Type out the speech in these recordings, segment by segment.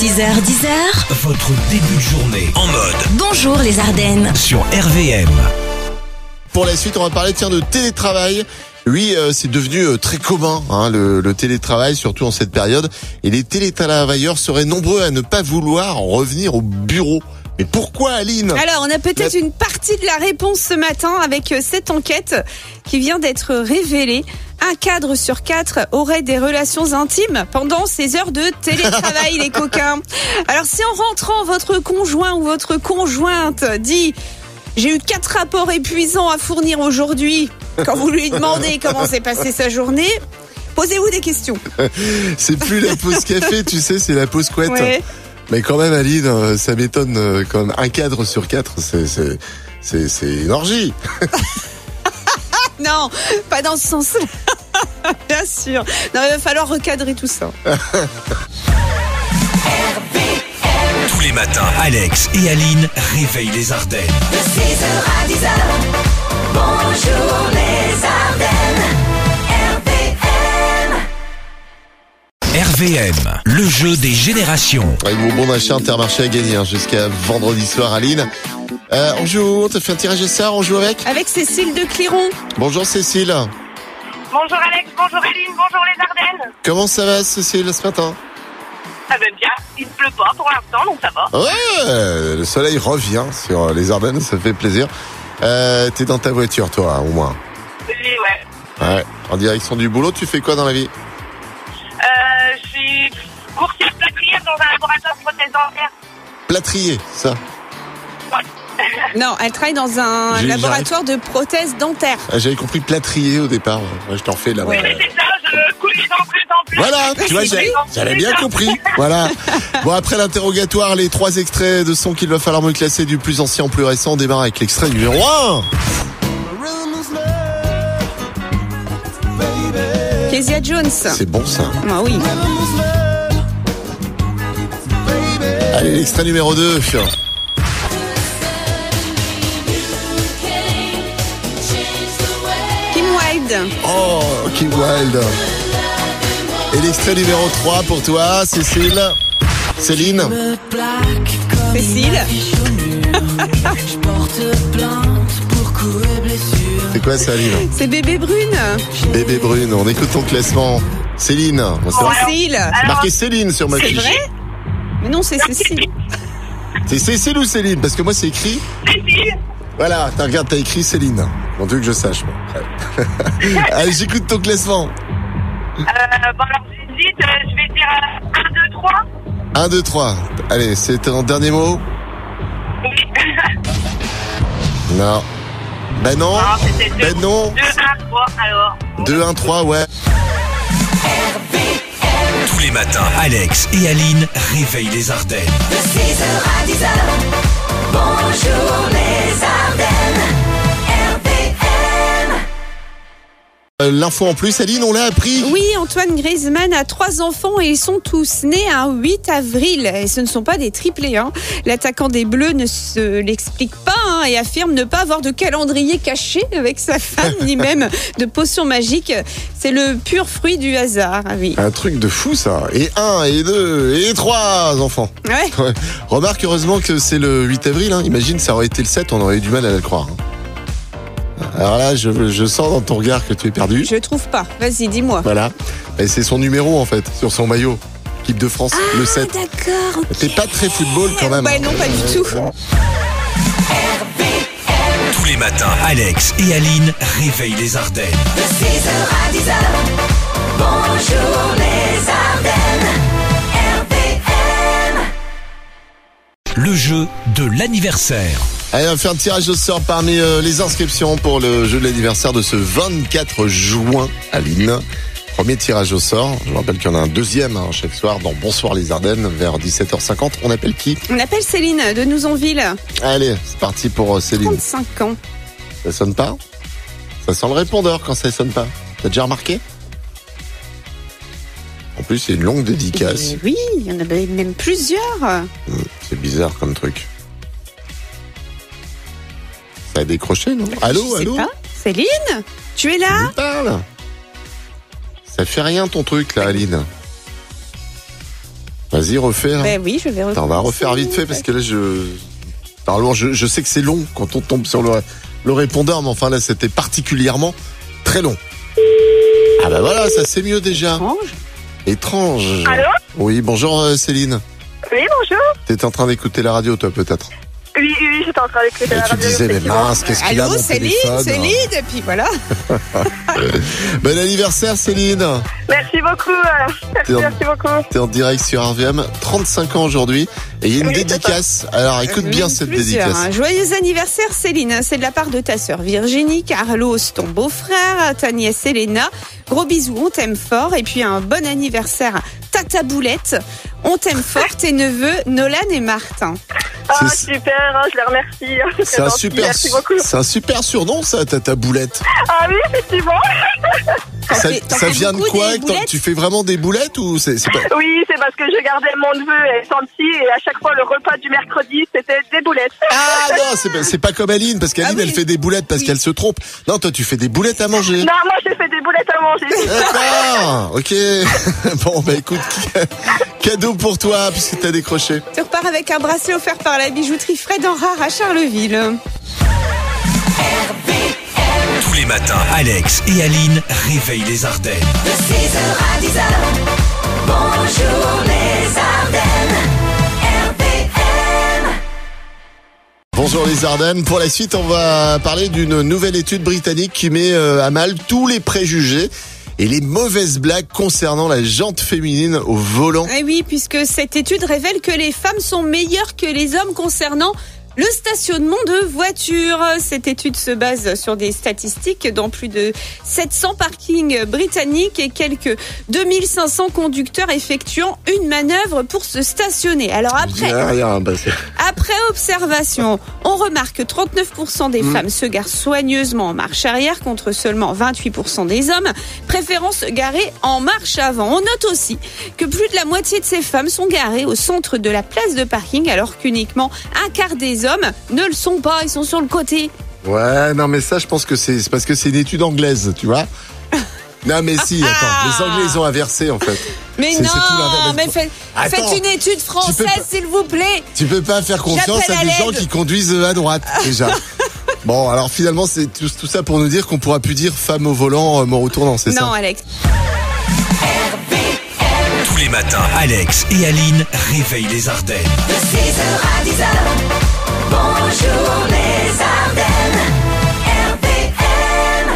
6h10h, Votre début de journée en mode bonjour les Ardennes. sur RVM. Pour la suite, on va parler tiens de télétravail. Oui, euh, c'est devenu euh, très commun hein, le, le télétravail, surtout en cette période. Et les télétravailleurs seraient nombreux à ne pas vouloir en revenir au bureau. Mais pourquoi, Aline Alors, on a peut-être La- une partie de la réponse ce matin avec euh, cette enquête qui vient d'être révélée. Un cadre sur quatre aurait des relations intimes pendant ses heures de télétravail, les coquins. Alors, si en rentrant, votre conjoint ou votre conjointe dit J'ai eu quatre rapports épuisants à fournir aujourd'hui, quand vous lui demandez comment s'est passée sa journée, posez-vous des questions. C'est plus la pause café, tu sais, c'est la pause couette. Ouais. Mais quand même, Aline, euh, ça m'étonne euh, quand même. Un cadre sur quatre, c'est c'est c'est c'est une orgie. Non, pas dans ce sens-là. Bien sûr. Non, il va falloir recadrer tout ça. Tous les matins, Alex et Aline réveillent les Ardennes. RVM, le jeu des générations. Avec vos bons d'achat Intermarché à gagner hein, jusqu'à vendredi soir, Aline. Euh, on joue, on te fait un tirage au sort, on joue avec. Avec Cécile de Cliron. Bonjour Cécile. Bonjour Alex, bonjour Aline, bonjour les Ardennes. Comment ça va Cécile ce matin Ça va bien, il pleut pas pour l'instant, donc ça va. Ouais, le soleil revient sur les Ardennes, ça fait plaisir. Euh, T'es dans ta voiture, toi, hein, au moins. Et ouais. Ouais. En direction du boulot, tu fais quoi dans la vie Euh, je suis coursière plaquelière dans un laboratoire de prothèses dentaires. Plâtrier, ça. Non, elle travaille dans un J'ai- laboratoire de prothèses dentaires. Ah, J'avais compris plâtrier au départ. Ouais, je t'en fais là. Oui. Mais c'est ça, je coule les dents plus en plus. Voilà, tu vois, j'ai- j'avais bien compris. Voilà. Bon, après l'interrogatoire, les trois extraits de sons qu'il va falloir me classer du plus ancien au plus récent, on démarre avec l'extrait numéro 1. Kezia Jones. C'est bon, ça. Ah oui. Allez, l'extrait numéro 2. Kim Wilde. Oh, King Wild. Et l'extrait numéro 3 pour toi, Cécile. Céline. Cécile. C'est quoi ça, Aline C'est Bébé Brune. Bébé Brune, on écoute ton classement. Céline. Bon, c'est Cécile. c'est Alors, marqué Céline sur ma C'est fiche. vrai Mais non, c'est Cécile. C'est Cécile ou Céline Parce que moi, c'est écrit. Cécile, Voilà, t'as- regarde, t'as écrit Céline. Mon Dieu, que je sache, moi. Ouais. Allez, j'écoute ton classement. euh, bon alors j'hésite, euh, je vais dire 1, 2, 3. 1, 2, 3. Allez, c'est ton dernier mot Oui. Non. Ben non. Non, Ah, c'était deux. Ben non. 2, 1, 3, alors. 2, 1, 3, ouais. Tous les matins, Alex et Aline réveillent les Ardennes. Euh, L'info en plus, Aline, on l'a appris. Oui, Antoine Griezmann a trois enfants et ils sont tous nés un 8 avril. Et ce ne sont pas des triplés. hein. L'attaquant des Bleus ne se l'explique pas hein, et affirme ne pas avoir de calendrier caché avec sa femme, ni même de potion magique. C'est le pur fruit du hasard. Ah oui. Un truc de fou, ça. Et 1, et 2, et 3 enfants. Ouais. Ouais. Remarque heureusement que c'est le 8 avril. hein. Imagine, ça aurait été le 7, on aurait eu du mal à le croire. hein. Alors là, je, je sens dans ton regard que tu es perdu. Je trouve pas. Vas-y, dis-moi. Voilà. Et c'est son numéro en fait, sur son maillot. Équipe de France, le 7. D'accord. T'es pas très football quand même. hein. Bah non, pas du tout. Tous les matins, Alex et Aline réveillent les Ardennes. Le jeu de l'anniversaire. Allez, on va faire un tirage au sort parmi euh, les inscriptions pour le jeu de l'anniversaire de ce 24 juin à Lille. Premier tirage au sort. Je vous rappelle qu'il y en a un deuxième hein, chaque soir dans Bonsoir les Ardennes vers 17h50. On appelle qui On appelle Céline de Nouzonville, Allez, c'est parti pour euh, Céline. 35 ans. Ça sonne pas Ça sent le répondeur quand ça sonne pas. T'as déjà remarqué En plus, c'est une longue dédicace. Eh Oui, il y en a même plusieurs. C'est bizarre comme truc. Ça a décroché, non Allô, Je sais allô pas. Céline Tu es là Tu parles Ça fait rien ton truc là, Aline. Vas-y, refais. là. Ben oui, je vais Attends, on va refaire vite fait parce que là, je. Normalement, je, je sais que c'est long quand on tombe sur le, le répondeur, mais enfin là, c'était particulièrement très long. Ah bah voilà, ça c'est mieux déjà. Orange. Étrange. Allô Oui, bonjour euh, Céline. Oui, bonjour. T'étais en train d'écouter la radio, toi, peut-être. Oui, oui, j'étais en train d'écouter Et la tu radio. disais, mais effectivement. mince, qu'est-ce qu'il a Allô, mon Céline, téléphone Céline, et puis voilà. Bon anniversaire, Céline. Merci beaucoup. euh, merci, T'es en- merci beaucoup. T'es en direct sur RVM, 35 ans aujourd'hui, et il y a une Oui, c'est ça. dédicace. Alors, écoute bien Même cette plusieurs, dédicace. Euh, hein. Joyeux anniversaire, Céline. C'est de la part de ta sœur Virginie, Carlos, ton beau-frère, ta nièce Elena. Gros bisous, on t'aime fort. Et puis un bon anniversaire, Tata Boulette. On t'aime fort, tes neveux Nolan et Martin. Ah, C'est- super, hein, je les remercie. hein, C'est un gentil, super, Merci beaucoup. c'est un super surnom, ça, ta, ta boulette. Ah oui, effectivement. T'en ça, fais- Ah, t'en ça fais vient de beaucoup quoi des que t'en- boulettes Tu fais vraiment des boulettes ou c'est c'est pas... Oui, c'est parce que je gardais mon neveu et son petit et à chaque fois le repas du mercredi, c'était des boulettes. Ah non, c'est pas, c'est pas comme Aline parce qu'Aline Ah oui. elle fait des boulettes parce Oui. qu'elle se trompe. Non, toi tu fais des boulettes à manger. Non, moi j'ai fait des boulettes à manger. D'accord, ok. bon bah écoute, cadeau pour toi puisque t'as décroché. Tu repars avec un bracelet offert par la bijouterie Fred Enrard à Charleville. Tous les matins, Alex et Aline réveillent les Ardennes. De 6h à 10h, bonjour les Ardennes, RPM. Bonjour les Ardennes. Pour la suite, on va parler d'une nouvelle étude britannique qui met euh, à mal tous les préjugés et les mauvaises blagues concernant la jante féminine au volant. Eh oui, puisque cette étude révèle que les femmes sont meilleures que les hommes concernant le stationnement de voitures. Cette étude se base sur des statistiques dans plus de 700 parkings britanniques et quelques 2500 conducteurs effectuant une manœuvre pour se stationner. Alors après, Ah, rien, bah, c'est- après observation, on remarque que 39% Mm. des femmes se garent soigneusement en marche arrière contre seulement 28% des hommes, préférant se garer en marche avant. On note aussi que plus de la moitié de ces femmes sont garées au centre de la place de parking alors qu'uniquement un quart des hommes ne le sont pas, ils sont sur le côté. Ouais, non, mais ça, je pense que c'est c'est parce que c'est une étude anglaise, tu vois. Non, mais si, Ah. attends, les Anglais, ils ont inversé, en fait. Mais C'est- non, c'est tout l'inverse. mais fait- Attends. faites une étude pas- française s'il vous plaît. Tu peux pas faire confiance J'appelle à à des l'aide. Ah. gens qui conduisent euh, à droite, déjà. Bon, alors finalement, c'est tout, tout ça pour nous dire qu'on pourra plus dire femme au volant, euh, mort au tournant, c'est Non ça Alex, Tous les matins, Alex et Aline réveillent les Ardennes. De 6h à 10h, bonjour les Ardennes, RPM.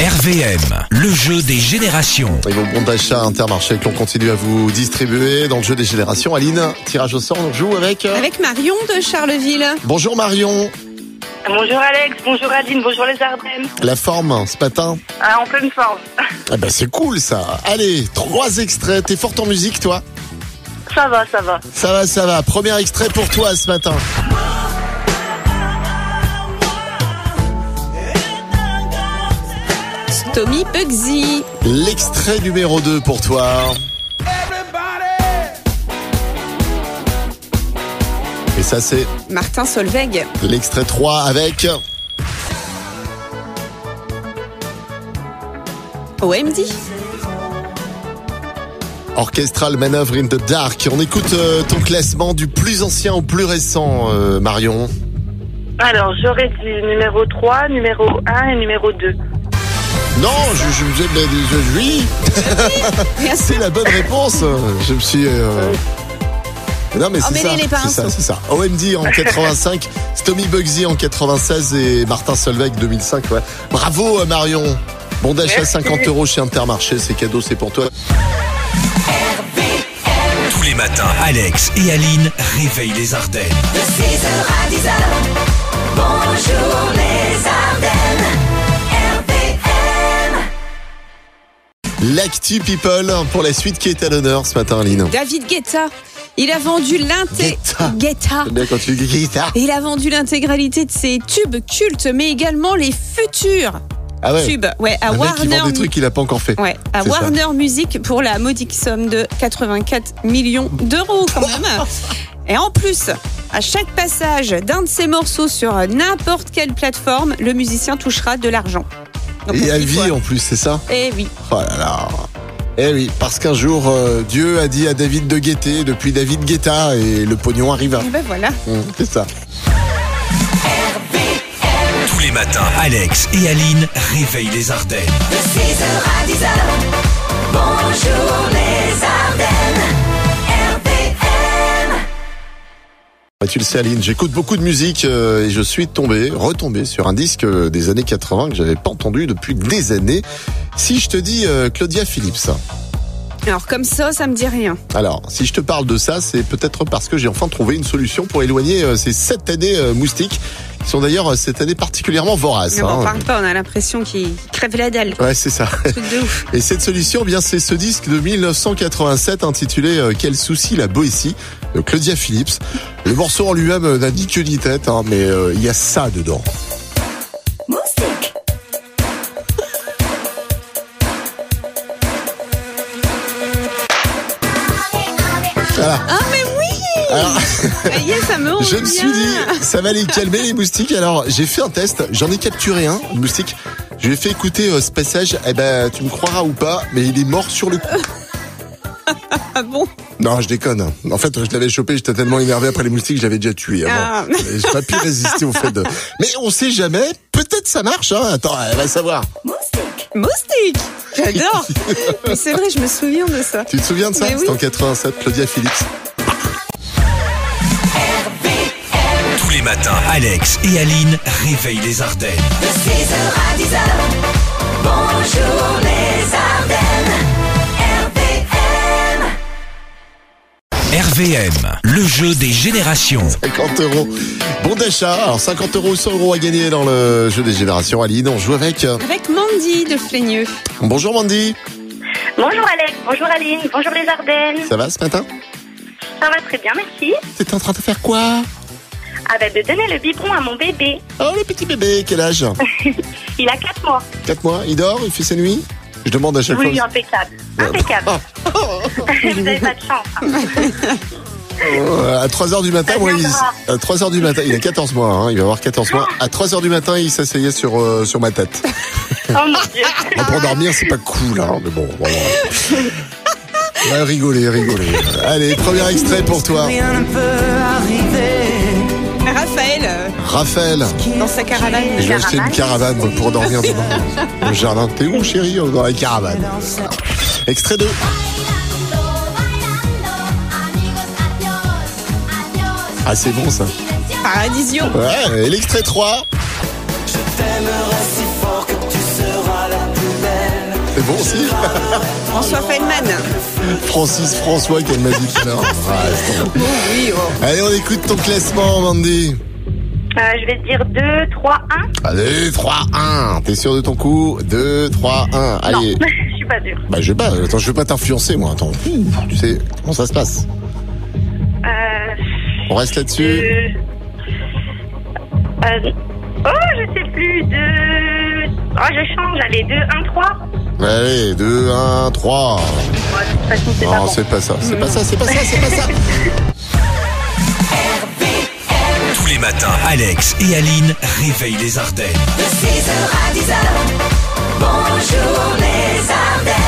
RVM, le jeu des générations. Et vos bons d'achat Intermarché que l'on continue à vous distribuer dans le jeu des générations. Aline, tirage au sort, on joue avec... euh, avec Marion de Charleville. Bonjour Marion, Bonjour Alex, bonjour Aline, bonjour les Ardennes. la forme ce matin Ah, en pleine forme. Ah bah c'est cool ça Allez, trois extraits, t'es forte en musique toi Ça va, ça va. Ça va, ça va. Premier extrait pour toi ce matin. Tommy Bugsy. L'extrait numéro 2 pour toi. Et ça, c'est Martin Solveig. l'extrait 3 avec. OMD. Orchestral Manœuvre in the Dark. On écoute euh, ton classement du plus ancien au plus récent, euh, Marion. Alors, j'aurais dit numéro 3, numéro 1 et numéro 2. Non, je, je, je- je- je- oui, Bien sûr. c'est la bonne réponse. Je me suis. euh, Non mais c'est ça, Emmêlez les c'est ça, pinceaux. c'est ça. OMD en 85, Stomy Bugsy en 96 et Martin Solveig 2005. Ouais. Bravo euh, Marion. Bon d'achat Merci. 50 euros chez Intermarché, c'est cadeau, c'est pour toi. Tous les matins, Alex et Aline réveillent les Ardennes. De 6h à 10h, bonjour les Ardennes, RPM. L'actu people pour la suite qui est à l'honneur ce matin, Aline. David Guetta. Il a vendu l'inté. Guetta. Guetta. J'aime bien quand tu dis guitare. Et il a vendu l'intégralité de ses tubes cultes, mais également les futurs Ah ouais. tubes. Ouais, à Un mec qui Warner. vend des trucs qu'il a pas encore fait. Ouais, à C'est ça. Warner Music pour la modique somme de 84 millions d'euros quand même. Et en plus, à chaque passage d'un de ses morceaux sur n'importe quelle plateforme, le musicien touchera de l'argent. Donc, Et à on Ah. dit vie quoi en plus, c'est ça Eh oui. Oh là là. Eh oui, parce qu'un jour, euh, Dieu a dit à David de guetter, depuis David guetta, et le pognon arriva. Et ben voilà. Hum, C'est ça. Tous les matins, Alex et Aline réveillent les Ardennes. De 6h à 10h, bonjour les Ardennes, RPM. Bah, tu le sais Aline, j'écoute beaucoup de musique euh, et je suis tombé, retombé sur un disque euh, des années 80 que j'avais pas entendu depuis des années. Si je te dis euh, Claudia Phillips, Alors comme ça, ça me dit rien. alors si je te parle de ça, c'est peut-être parce que j'ai enfin trouvé une solution pour éloigner euh, ces sept années euh, moustiques, qui sont d'ailleurs euh, cette année particulièrement voraces. Mais on en hein. parle pas, on a l'impression qu'il crève la dalle. quoi. Ouais, c'est ça. Truc de ouf. Et cette solution, eh bien, c'est ce disque de 1987 intitulé euh, Quel souci la Boétie de Claudia Phillips. Le morceau en lui-même euh, n'a ni queue ni tête, hein, mais euh, il y a ça dedans. Moustique, Ah mais oui Alors, Ça y est, Eh, ça me rend Je me suis bien. dit, ça va les calmer les moustiques. Alors j'ai fait un test, j'en ai capturé un moustique. Je lui ai fait écouter euh, ce passage. Eh ben, tu me croiras ou pas, mais il est mort sur le coup. Ah bon Non, je déconne. En fait, je l'avais chopé, j'étais tellement énervé après les moustiques, je l'avais déjà tué. avant. Ah. Et J'ai pas pu résister au fait de. Mais on sait jamais. Peut-être ça marche. Hein. Attends, elle va savoir. moustique, Moustique J'adore Mais c'est vrai, je me souviens de ça. Tu te souviens de ça Mais oui. C'était en 87, Claudia Phillips. Tous les matins, Alex et Aline réveillent les Ardennes. de 6h à 10h, bonjour les Ardennes, RPM. RVM, le jeu des générations. 50 euros. Bon d'achat. Alors 50 euros, 100 euros à gagner dans le jeu des générations. Aline, on joue avec. Avec Mandy de Fleigneux. Bonjour Mandy. Bonjour Alex, bonjour Aline, bonjour les Ardennes. Ça va ce matin Ça va très bien, merci. T'es en train de faire quoi Ah bah, de donner le biberon à mon bébé. Oh, le petit bébé, quel âge Il a 4 mois. 4 mois, il dort, il fait ses nuits Je demande à chaque Oui, fois. impeccable. Impeccable. Vous avez pas de chance. hein. Euh, à 3h du matin, Ça moi, il... viendra. à 3h du matin, il a 14 mois, hein, il va avoir 14 mois. À 3h du matin, il s'asseyait sur, euh, sur ma tête. Oh mon dieu. Bon, pour dormir, c'est pas cool, hein, mais bon, voilà. Ouais, rigolez, rigolez. Allez, premier extrait pour toi. Raphaël, euh, Raphaël, dans sa caravane. je vais acheter une caravane pour dormir demain. Au jardin, t'es où, chérie euh, Dans la caravane. Extrait 2. Ah, c'est bon ça. Paradisio. Ouais, et l'extrait 3. C'est bon aussi François Feynman. Francis François qu'elle m'a dit tout à l'heure. Ah, c'est bon. Allez, on écoute ton classement, Mandy. Euh, je vais te dire 2, 3, 1. Allez, 3, 1. T'es sûr de ton coup 2, 3, 1. Non, Allez. je suis pas dure. Bah, je vais pas, attends, je vais pas t'influencer, moi. Attends, tu sais comment ça se passe. Euh, On reste là-dessus. deux- euh, oh, je sais plus. 2. Oh, je change. Allez, 2, 1, 3. Allez, 2, 1, 3. Ouais, de toute façon, c'est pas Non, bon. c'est pas ça, c'est pas ça, c'est pas ça, c'est pas ça. Tous les matins, Alex et Aline réveillent les Ardennes. De 6h à 10h, bonjour les Ardennes.